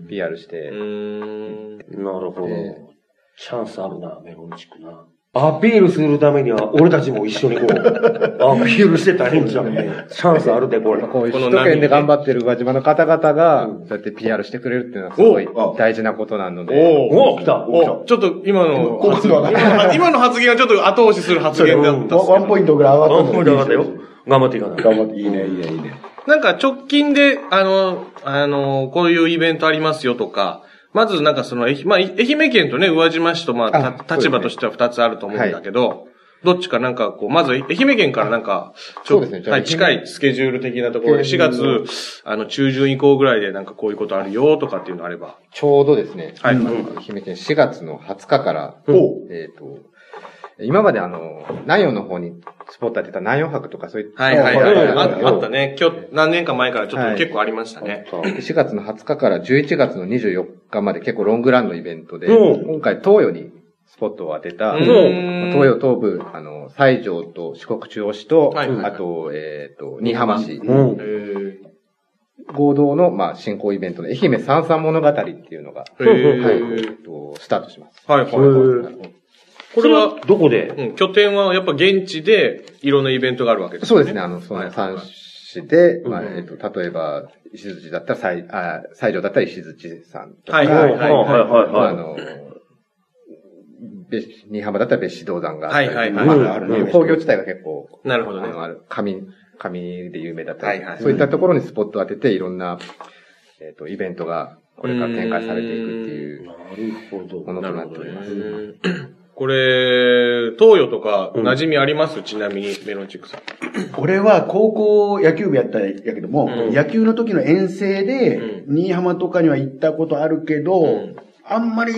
Speaker 6: PR して、
Speaker 3: うん。
Speaker 1: なるほど
Speaker 6: え。
Speaker 1: チャンスあるな、メロンチックな。アピールするためには、俺たちも一緒にこう、アピールしてたらいいんじゃんね。チャンスあるで、これ
Speaker 6: まあ。こういう
Speaker 3: こ
Speaker 6: 首
Speaker 3: の
Speaker 6: 都
Speaker 3: 波
Speaker 6: 圏で頑張ってる宇和島の方々が
Speaker 1: う、
Speaker 6: そうやって PR してくれるっていうのはすごい
Speaker 2: おう
Speaker 6: 大事なことなので、
Speaker 3: お
Speaker 1: お来た
Speaker 3: おちょっと今の
Speaker 2: こっちの方が
Speaker 3: 今、今の発言はちょっと後押しする発言だったんですけ
Speaker 2: ワ
Speaker 3: ど
Speaker 2: ワンポイントぐらい上
Speaker 1: あ、
Speaker 2: がった
Speaker 1: もうだったよ。頑張っていかない。
Speaker 2: 頑張って、いいね、いいね、いいね。
Speaker 3: なんか直近で、あの、あの、こういうイベントありますよとか、まずなんかその、えひまあ、い愛媛県とね、宇和島市とま
Speaker 6: あ
Speaker 3: あ、
Speaker 6: そ
Speaker 3: た
Speaker 6: うです
Speaker 3: 立
Speaker 6: ね
Speaker 3: 場としては二つあると思うんだけど、どっちかなんかこう、まず愛媛県からなんか、ち
Speaker 6: そ
Speaker 3: ょ
Speaker 6: うですねじゃあ
Speaker 3: はい、近いスケジュール的なところで、
Speaker 6: スケ
Speaker 3: 4
Speaker 6: ジュール
Speaker 3: 月、あの、中旬以降ぐらいでなんかこういうことあるよとかっていうのあれば。
Speaker 6: ちょうどですね、
Speaker 3: はい。
Speaker 6: 愛媛県4月の20日から、えっ、と、今まであの、南陽の方にスポット当てた南陽博とかそういった、
Speaker 3: はいはい
Speaker 2: は
Speaker 3: はいい。
Speaker 2: はい
Speaker 3: ああったね。今日、何年か前からちょっと結構ありましたね。
Speaker 6: 4月の20日から11月の24日まで結構ロングランのイベントで、
Speaker 1: うん
Speaker 6: 今回東洋にスポットを当てた、
Speaker 3: うん
Speaker 6: まあ東洋東部、あの、西条と四国中央市と、
Speaker 3: はいはいはい
Speaker 6: あと、えっ、と、新居浜市、
Speaker 1: うん。
Speaker 3: へー
Speaker 6: 合同の、まあ、進行イベントで、愛媛三三物語っていうのが、
Speaker 3: へ
Speaker 6: はい、
Speaker 3: ー
Speaker 6: えっと、スタートします。
Speaker 3: はいはいはい。こ
Speaker 1: こ
Speaker 3: れ
Speaker 1: れ
Speaker 3: は
Speaker 1: は、、どこで
Speaker 3: うん、拠点はやっぱ現地でいろんなイベントがあるわけです
Speaker 6: そうです
Speaker 3: ね。
Speaker 6: ね、あの、そ
Speaker 3: はい
Speaker 6: の三市で、
Speaker 1: ん
Speaker 6: まあ、えっと、例えば、石槌だったら、西、あ、西条だったら石槌さんとか、
Speaker 3: はいはいはい
Speaker 1: はいはい
Speaker 6: まあ、あ
Speaker 1: はい。
Speaker 6: の、別新居浜だったら別紙銅山があったりとか。
Speaker 3: はいはい
Speaker 1: はい
Speaker 6: まああるね
Speaker 1: うん
Speaker 6: 工業地帯が結構、
Speaker 3: なるほどね
Speaker 6: あのある、紙、紙で有名だったりとか、
Speaker 3: はいはい
Speaker 6: そういったところにスポットを当てて、いろんな、えっ、と、イベントが、これから展開されていくっていう
Speaker 1: なるほど
Speaker 6: も。のとなっております。
Speaker 3: うんこれ、東洋とか、馴染みあります、ちなみに、メロンチックさん。
Speaker 2: 俺は高校野球部やったんやけども、
Speaker 3: うん
Speaker 2: 野球の時の遠征で、新居浜とかには行ったことあるけど、
Speaker 3: うん
Speaker 2: あんまり、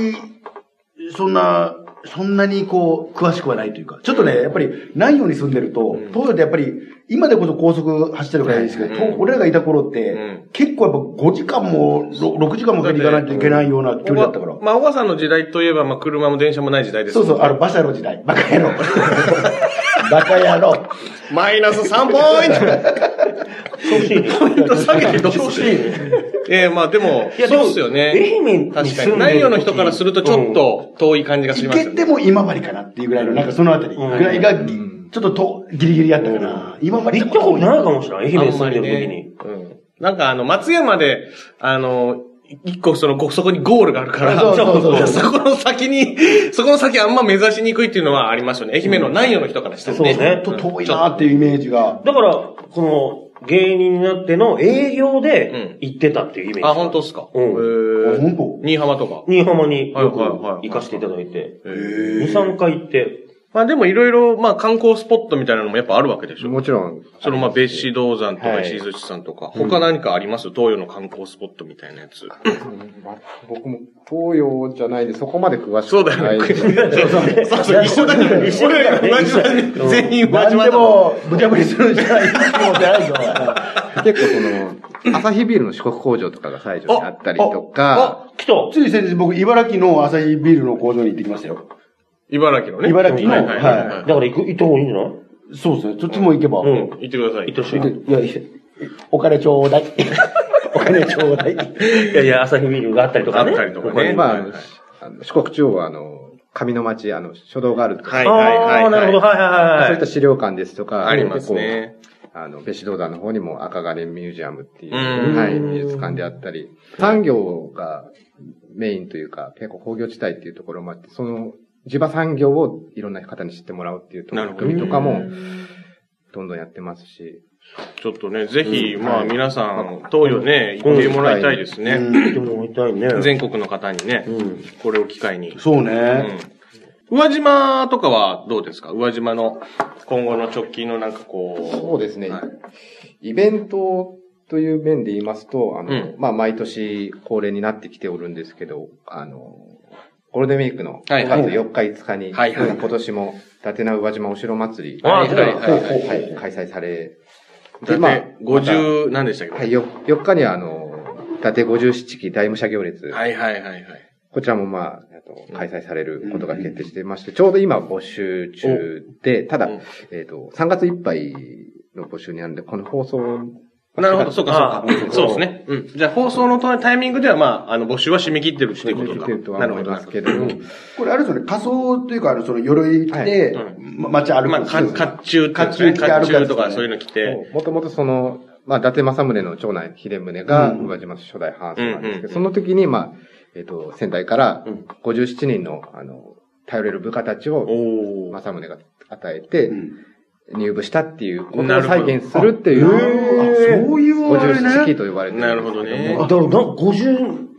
Speaker 2: そんな、そんなにこう、詳しくはないというか、ちょっとね、やっぱり、南洋に住んでると、
Speaker 3: ん
Speaker 2: 東洋ってやっぱり、今でこそ高速走ってるからいいですけど、
Speaker 3: うん
Speaker 2: と俺らがいた頃って、
Speaker 3: うん
Speaker 2: 結構やっぱ5時間も、ろ6時間もかけて行かないといけないような距離だったから
Speaker 3: おば。まあ、おばさんの時代といえば、まあ、車も電車もない時代です。
Speaker 2: そうそう、あの、馬車の時代。バカ野郎。 バカ野郎。
Speaker 3: マイナス3ポイン
Speaker 1: 調子いいね。
Speaker 3: トポイント下げてどう
Speaker 5: 調
Speaker 3: す
Speaker 5: 子いい
Speaker 3: る
Speaker 5: ね。
Speaker 3: ええまあ、でも、
Speaker 1: いやで
Speaker 3: そ
Speaker 1: も
Speaker 3: うっすよ
Speaker 1: 愛
Speaker 3: ね。
Speaker 1: 媛に住んでる
Speaker 3: 確かに。南洋の人からすると、ちょっと遠い感じがし
Speaker 2: 行
Speaker 3: ます
Speaker 2: け
Speaker 3: よね。
Speaker 2: ても今治かなっていうぐらいの、なんかそのあたりぐらいが、ぎちょっととギリギリやったかな。今治
Speaker 1: 行ったこと
Speaker 2: い
Speaker 1: ないかもしれない。愛媛に住んでる時に。
Speaker 3: あんまりね。うん。なんかあの、松山で、あの、一個その、ごそこにゴールがあ るから、
Speaker 2: そうそうそう
Speaker 3: じゃあそこの先に、 そこの先あんま目指しにくいっていうのはありますよね。愛媛の南洋の人からしたらね。
Speaker 1: そうね
Speaker 2: ちょっと遠いなっていうイメージが。
Speaker 1: だから、この、芸人になっての営業で行ってたっていうイメージ。
Speaker 3: あ、本当ですか。
Speaker 1: うん
Speaker 2: あ
Speaker 3: へえ。
Speaker 2: 本当
Speaker 3: 新居浜とか。
Speaker 1: 新居浜によく
Speaker 3: はいはいはい
Speaker 1: 行かせていただいて、
Speaker 3: へえ
Speaker 1: 2、3回行って、
Speaker 3: まあでもいろいろ、まあ観光スポットみたいなのもやっぱあるわけでしょ。
Speaker 6: もちろん。
Speaker 3: そのまあ、別紙銅山とか
Speaker 6: はい
Speaker 3: 石槌さんとか、他何かあります東洋の観光スポットみたいなやつ。
Speaker 6: ま僕も東洋じゃないんで、そこまで詳し
Speaker 3: そう
Speaker 6: く
Speaker 3: だよ
Speaker 6: ない
Speaker 3: ね。
Speaker 6: ん
Speaker 3: 国
Speaker 6: で。
Speaker 3: だよね そうそう、一緒だよね。俺らが同じだね全員同
Speaker 2: 何
Speaker 3: じ
Speaker 2: でも、無茶ぶりするんじゃないそうじゃないぞ。
Speaker 6: 結構その、朝日ビールの四国工場とかが最初にあったりとか、
Speaker 1: 来た
Speaker 2: つい先日僕、茨城の朝日ビールの工場に行ってきましたよ。
Speaker 3: 茨城のね。
Speaker 2: 茨城の
Speaker 3: はいはいはいはい
Speaker 2: は
Speaker 1: だから行く、行った方がいいんじゃない
Speaker 2: そうですね。そっちも行けば。
Speaker 1: うん。
Speaker 3: 行ってください。
Speaker 1: 行ってほしい。
Speaker 2: いやいやお金ちょうだい。 お金ちょうだい。
Speaker 1: いやいや、 朝日ビールがあったりとかね。
Speaker 3: あったりとか
Speaker 1: ここ
Speaker 3: ね
Speaker 1: に
Speaker 6: まああ
Speaker 3: はい
Speaker 6: の
Speaker 3: はい
Speaker 6: あの、四国地方はあの、上の町、あの、書道があるとか、
Speaker 3: はいはいはい
Speaker 1: あ
Speaker 3: は
Speaker 1: あ、
Speaker 3: い。
Speaker 1: なるほど。はいはいはい。
Speaker 6: そういった資料館ですとか、
Speaker 3: ありますね。
Speaker 6: 結構。あの、別紙銅山の方にも赤金ミュージアムっていうう、
Speaker 3: ん
Speaker 6: はい、美術館であったり、産業がメインというか、結構工業地帯っていうところもあって、その地場産業をいろんな方に知ってもらうっていう取り組みとかも、どんどんやってますし、
Speaker 3: ちょっとね、ぜひ、
Speaker 6: うん
Speaker 3: まあ
Speaker 6: はい
Speaker 3: 皆さん、東洋ね、行ってもらいたいですね。
Speaker 1: 行ってもらいたいね。
Speaker 3: 全国の方にね、
Speaker 1: うん。
Speaker 3: これを機会に。
Speaker 2: そう
Speaker 3: う
Speaker 2: ね。
Speaker 3: ん。宇和島とかはどうですか宇和島の今後の直近のなんか
Speaker 6: そ
Speaker 3: こ
Speaker 6: うですね、
Speaker 3: はい
Speaker 6: イベントという面で言いますと、あの、
Speaker 3: うん
Speaker 6: まあ、毎年恒例になってきておるんですけど、あの、ゴールデンウィークの
Speaker 3: はい
Speaker 6: 5月4日5日に、
Speaker 3: はいはい
Speaker 6: 今年も、伊達な宇和島お城祭り、
Speaker 3: う。
Speaker 1: あ
Speaker 6: は
Speaker 3: はい
Speaker 1: ー
Speaker 3: はいはいはい。
Speaker 6: い開催され、
Speaker 3: で、まあ、50、何でしたっけ
Speaker 6: はい、4, 日には、あの、伊達57期大武者行列、
Speaker 3: はいはいはいはい。
Speaker 6: こちらもまあ、えっと開催されることが決定していまして、ちょうど今募集中で、ただ
Speaker 3: うん、
Speaker 6: えっと、3月いっぱいの募集にあるんで、この放送、
Speaker 3: なるほど、そうか
Speaker 1: あ
Speaker 3: そうか。そうですね。うん。じゃあ放送のタイミングでは、まあ、あの、募集は締め切ってるっていうこと
Speaker 6: っ
Speaker 3: か。
Speaker 6: ていうとは
Speaker 3: なるほ
Speaker 6: 思い
Speaker 3: ど。
Speaker 6: ますけれども、
Speaker 2: これあれですよね、仮装というか、あの、その、鎧着て、
Speaker 3: はいうん
Speaker 2: ま街歩
Speaker 3: まあ、
Speaker 2: く
Speaker 3: か
Speaker 2: んですよ
Speaker 3: 甲冑とか、
Speaker 2: 甲冑着て歩くやつね
Speaker 3: とかそういうの着て。
Speaker 6: もともとその、まあ、伊達政宗の長男、秀宗が、
Speaker 2: うん
Speaker 6: 宇和島初代藩主なんですけど、
Speaker 3: う
Speaker 6: その時に、まあ、えっ、と、仙台から
Speaker 3: うん
Speaker 6: 57人の、あの、頼れる部下たちを、
Speaker 3: おー。
Speaker 6: 政宗が与えて、入部したっていうこと
Speaker 3: な
Speaker 6: を
Speaker 3: るほ
Speaker 6: 再
Speaker 3: ど
Speaker 6: 現するってい
Speaker 2: あ
Speaker 6: う、
Speaker 2: そういうあれね。
Speaker 6: 57期と呼ばれて
Speaker 3: な
Speaker 6: る
Speaker 3: る
Speaker 6: んで
Speaker 3: ほど
Speaker 6: すけど
Speaker 3: ね
Speaker 6: も、
Speaker 1: あだからな、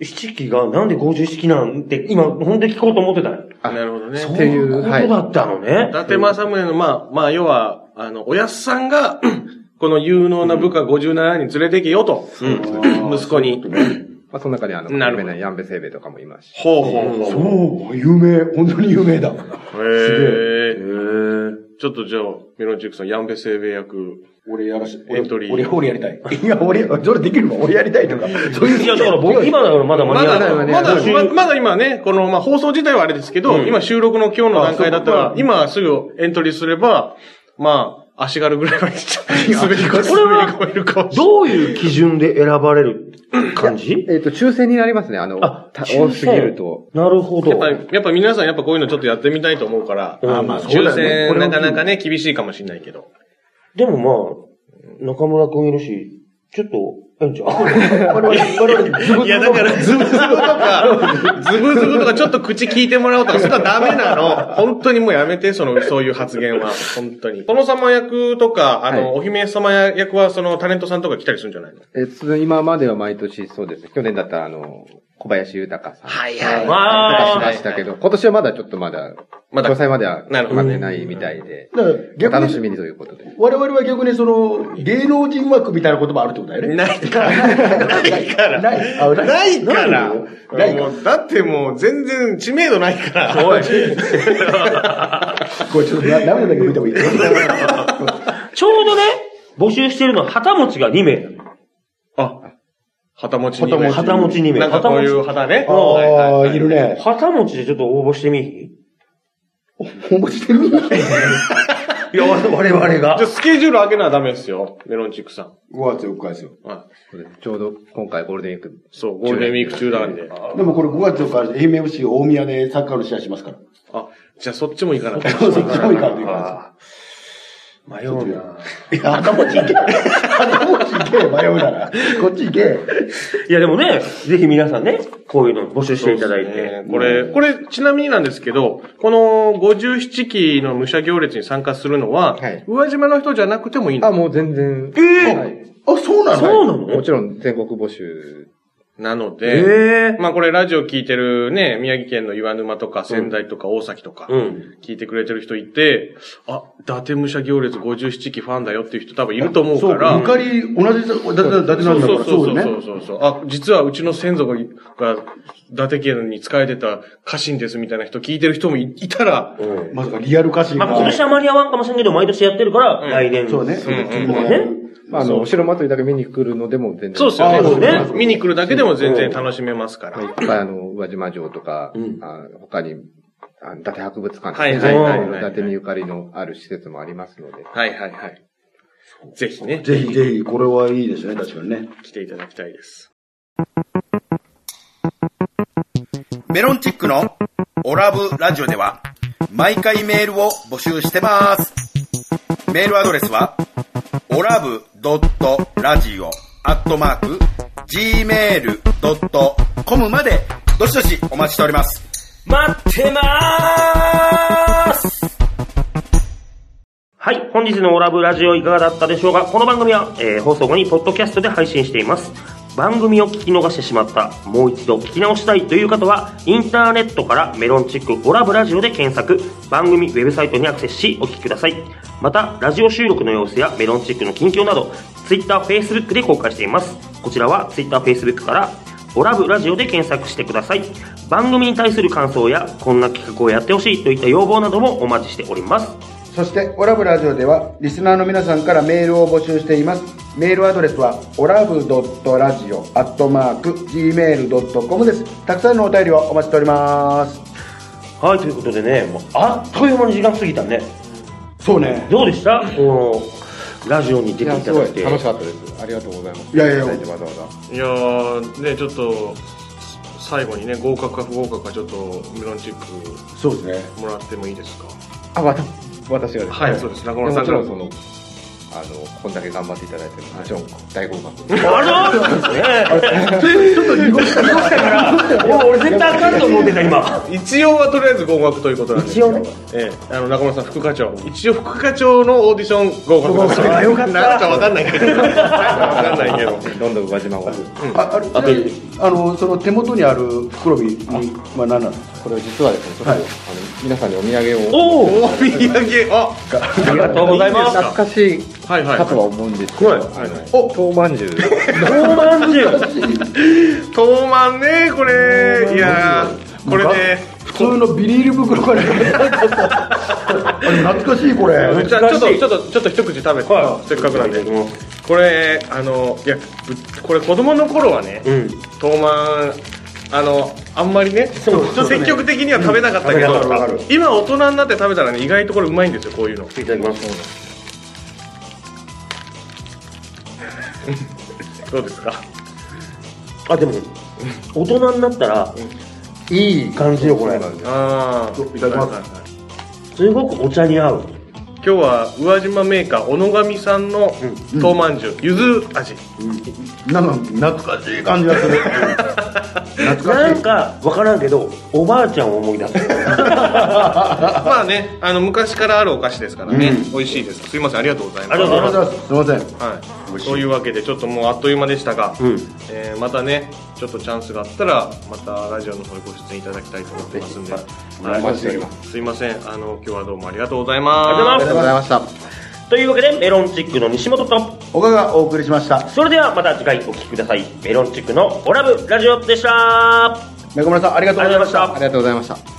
Speaker 1: 57期がなんで57期なんて、今、本当に聞こうと思ってたよ。
Speaker 6: あ
Speaker 3: なるほどね。
Speaker 1: そう
Speaker 6: ってい
Speaker 1: いう
Speaker 6: う
Speaker 1: こと
Speaker 6: はい
Speaker 1: だったのね
Speaker 3: 伊。達政宗の、まあ、まあ、要は、あの、おやっさんが、 この有能な部下57人連れてけよと。うん息子に。
Speaker 6: まあ、その中にあの、
Speaker 3: なる
Speaker 6: 有
Speaker 3: ほ
Speaker 6: 名
Speaker 3: ど
Speaker 6: なヤンベセイベとかもいますし、
Speaker 3: ほうほうほ
Speaker 2: そ
Speaker 3: う。
Speaker 2: う、有名、本当に有名だ。
Speaker 3: へえ。ちょっとじゃあ、メロンチックさん、ヤンベ生命役。
Speaker 2: 俺やらし、
Speaker 3: エントリー
Speaker 2: 俺、俺やりたい。いや、俺、それできるわ。俺やりたいとか。そういう。
Speaker 1: いや、だから僕、今だからまだ間に
Speaker 3: ま
Speaker 1: 合
Speaker 3: だ
Speaker 1: う。、
Speaker 3: まだ、まだまだ今ね、この、まあ、放送自体はあれですけど、今収録の今日の段階だったら、今すぐエントリーすれば、まあ、足軽ぐ らいまでちょ滑り込め、滑り込めるかもしれない。
Speaker 1: どういう基準で選ばれる感じ
Speaker 6: えっ、と、抽選になりますね、あの、
Speaker 1: あ
Speaker 6: た多すぎると。。
Speaker 1: なるほど。
Speaker 3: やっぱり、やっぱ皆さんやっぱこういうのちょっとやってみたいと思うから、
Speaker 1: あまあ
Speaker 2: そう
Speaker 3: 抽
Speaker 2: だね
Speaker 3: 選なかなかね、厳しいかもしれないけど。
Speaker 1: でもまあ、中村くんいるし、ちょっと、
Speaker 5: うん ちょ、あこれ
Speaker 3: いや、だから、ズブズブとか、ズブズブとか、ちょっと口聞いてもらおうとか、それはダメなの。本当にもうやめて、その、そういう発言は。本当に。殿様役とか、あの、お姫様役は、その、タレントさんとか来たりするんじゃないの
Speaker 6: えーつ今までは毎年そうですね。去年だったら、あの、小林豊さん。
Speaker 3: はいはい
Speaker 6: 出しま
Speaker 5: わ
Speaker 6: したけど、今年はまだちょっとまだ、
Speaker 3: まだ
Speaker 6: 詳細までは
Speaker 3: なるほど
Speaker 6: 決まってないみたいで、
Speaker 2: だから
Speaker 6: お
Speaker 2: 逆
Speaker 6: 楽し
Speaker 2: に、
Speaker 6: みにということで。
Speaker 2: 我々は逆にその、芸能人枠みたいな言葉あるってことだよね。
Speaker 3: ないから。ないから。
Speaker 2: ない。あ
Speaker 3: ないから。
Speaker 2: ないか
Speaker 3: もうだってもう全然知名度ないから。
Speaker 5: おい。
Speaker 2: これちょっとな涙だけ見てもいい
Speaker 1: ちょうどね、募集してるのは旗持ちが2名なの。
Speaker 3: あ、旗持ち2名。
Speaker 1: 旗持ち2名。
Speaker 3: なんかこういう旗ね。はいはい
Speaker 2: あ
Speaker 3: は
Speaker 2: あ、
Speaker 3: い
Speaker 2: いるね。
Speaker 1: 旗持ちでちょっと応募してみい
Speaker 2: 応募してる
Speaker 1: いや、我々が
Speaker 3: じゃあ。スケジュール開けならダメですよ。メロンチックさん。
Speaker 2: ?5 月4日ですよ。
Speaker 3: はい
Speaker 6: そうですちょうど今回ゴールデンウィーク。
Speaker 3: そう、ゴールデンウィーク中なんで。
Speaker 2: でもこれ5月4日です、愛媛 FC 大宮でサッカーの試合しますから。
Speaker 3: あ、じゃあそっちも行かなきゃ。
Speaker 2: そうそう、すごいからというか。
Speaker 5: 迷うな。
Speaker 2: いや、頭ち行け。頭ち行け、迷うなら。こっち行け。
Speaker 1: いや、でもね、ぜひ皆さんね、こういうの募集していただい
Speaker 3: そうです
Speaker 1: て。
Speaker 3: ねこれ、これ、ちなみになんですけど、この57期の武者行列に参加するのは、
Speaker 6: はい
Speaker 3: 宇和島の人じゃなくてもいい
Speaker 6: あ、
Speaker 3: の
Speaker 6: もう全然。
Speaker 1: えー
Speaker 6: はい
Speaker 2: あ、そうなの
Speaker 1: そうなの
Speaker 6: もちろん全国募集。
Speaker 3: なの
Speaker 1: え
Speaker 3: で、
Speaker 1: え
Speaker 3: まあこれラジオ聞いてるね、宮城県の岩沼とか仙台とか大崎とか、
Speaker 1: うん。
Speaker 3: 聞いてくれてる人いて、あ、伊達武者行列57期ファンだよっていう人多分いると思うから、
Speaker 2: そう、ゆかり、同じだ、だ、だ、だってな
Speaker 3: そ
Speaker 2: ん
Speaker 3: う
Speaker 2: だか
Speaker 3: そう
Speaker 2: ら。
Speaker 3: そう
Speaker 2: そ
Speaker 3: そうう
Speaker 2: ね。
Speaker 3: そうそうそう。あ、実はうちの先祖が、が伊達家に仕えてた家臣ですみたいな人聞いてる人もいいたら、
Speaker 2: まさかリアル歌詞
Speaker 1: ま
Speaker 2: が。
Speaker 1: あ、今年は間に合わんかもしれんけど、毎年やってるから、
Speaker 3: うん
Speaker 1: 来年。
Speaker 2: そうね。
Speaker 3: んうん
Speaker 2: 気になる
Speaker 6: まあ、あの、お城祭りだけ見に来るのでも全然。
Speaker 3: そうですよ
Speaker 2: あ
Speaker 3: ね。
Speaker 2: ーそうね
Speaker 3: そうね見に来るだけでも全然楽しめますから。
Speaker 6: まあいっぱいあの、宇和島城とか、あ他に、あ伊達博物館とか、
Speaker 3: はいはいはいはい
Speaker 6: あの伊達にゆかりのある施設もありますので。
Speaker 3: はいはいはい。ぜひね、
Speaker 2: ぜひぜひ、これはいいですね、確かにね。
Speaker 3: 来ていただきたいです。
Speaker 4: メロンチックのオラブラジオでは毎回メールを募集してます。メールアドレスはオラブドットラジオアットマーク gmail.com までどしどしお待ちしております。
Speaker 1: 待ってまーすはい。本日のオラブラジオいかがだったでしょうかこの番組は、えー放送後にポッドキャストで配信しています。番組を聞き逃してしまった、もう一度聞き直したいという方は、インターネットからメロンチックオラブラジオで検索、番組ウェブサイトにアクセスしお聞きください。また、ラジオ収録の様子やメロンチックの近況など、Twitter、Facebook で公開しています。こちらは Twitter、Facebook から、オラブラジオで検索してください番組に対する感想やこんな企画をやってほしいといった要望などもお待ちしております
Speaker 7: そして、オラブラジオでは、リスナーの皆さんからメールを募集しています。メールアドレスは、オラブドットラジオアットマーク、gmail.com です。たくさんのお便りをお待ちしております。
Speaker 1: はいということでねもうあっという間に時間過ぎたね
Speaker 2: そうね。
Speaker 1: どうでしたこのラジオに出てい
Speaker 6: いや、す
Speaker 1: た
Speaker 6: ご
Speaker 1: だい
Speaker 6: い
Speaker 1: て
Speaker 6: 楽しかったです。ありがとうございます。
Speaker 2: いやいや
Speaker 6: ただてわざわざ。
Speaker 3: いやー、ね、ちょっと、最後にね、合格か不合格かちょっと、メロンチック
Speaker 2: そうですね。
Speaker 3: もらってもいいですか
Speaker 6: あ、わた、私がですね。
Speaker 3: はい、そうです。中村さん
Speaker 6: もち
Speaker 3: から
Speaker 6: ろんその、あの、こんだけ頑張っていただいてるのでもちろん大合格。
Speaker 1: あらそうですねちょっと濁したからいや俺絶対あかんと思ってた今
Speaker 3: 一応はとりあえず合格ということなんですけど、ええ、あの中村さん副課長一応副課長のオーディション合格ですよかったなんかわかんないけどなんかわかんないけど
Speaker 6: どんどん宇和島を。
Speaker 2: あ、あれ、ちなみにあの、その手元にある袋に、は何なの
Speaker 6: これを実はですね、ちょっと、あの、皆さんにお土産を。
Speaker 1: おお
Speaker 3: お土産あ
Speaker 1: ありがとうございます
Speaker 6: 懐かしい
Speaker 3: はいはい
Speaker 6: かとは思うんですけど、
Speaker 3: はい
Speaker 6: あの、豆まんじゅう。
Speaker 1: 豆まんじゅう
Speaker 3: 東満ねこれいやーこれね
Speaker 2: 普通のビニール袋からあれ懐かしいこれ
Speaker 3: じゃあちょっとちょっとちょっと一口食べて、せっかくなんでこれあのいやぶこれ子供の頃はね、
Speaker 1: ん
Speaker 3: 東満あのあんまりね積極的には食べなかったけど、今大人になって食べたらね意外とこれうまいんですよこういうの
Speaker 1: いただきます
Speaker 3: どうですか
Speaker 1: あでも大人になったらいい感じよこれ
Speaker 3: ああいただきます
Speaker 1: すごくお茶に合う
Speaker 3: 今日は宇和島メーカー小野上さんの豆まんじゅうゆず味
Speaker 2: なんか懐かしい感じがする懐か
Speaker 5: な
Speaker 2: し
Speaker 5: ん
Speaker 2: い
Speaker 5: か、わからんけど、おばあちゃんを思い出す。
Speaker 3: まあねあの昔からあるお菓子ですからね、美味しいですすいませんありがとうございます
Speaker 5: ありがとうございます
Speaker 2: ありがとうございますすいません
Speaker 3: はい、というわけでちょっともうあっという間でしたが、えーまたねちょっとチャンスがあったらまたラジオの方にご出演いただきたいと思ってますんで、はいすいませんあの今日はどうもありがとうございます
Speaker 1: ありがとうございます
Speaker 6: ありがとうございました。
Speaker 1: というわけで、メロンチックの西本と、
Speaker 2: 岡がお送りしました
Speaker 1: それではまた次回お聴きください。メロンチックのオラブラジオでした。あ
Speaker 2: 中村さんありがとうございました
Speaker 6: ありがとうございました。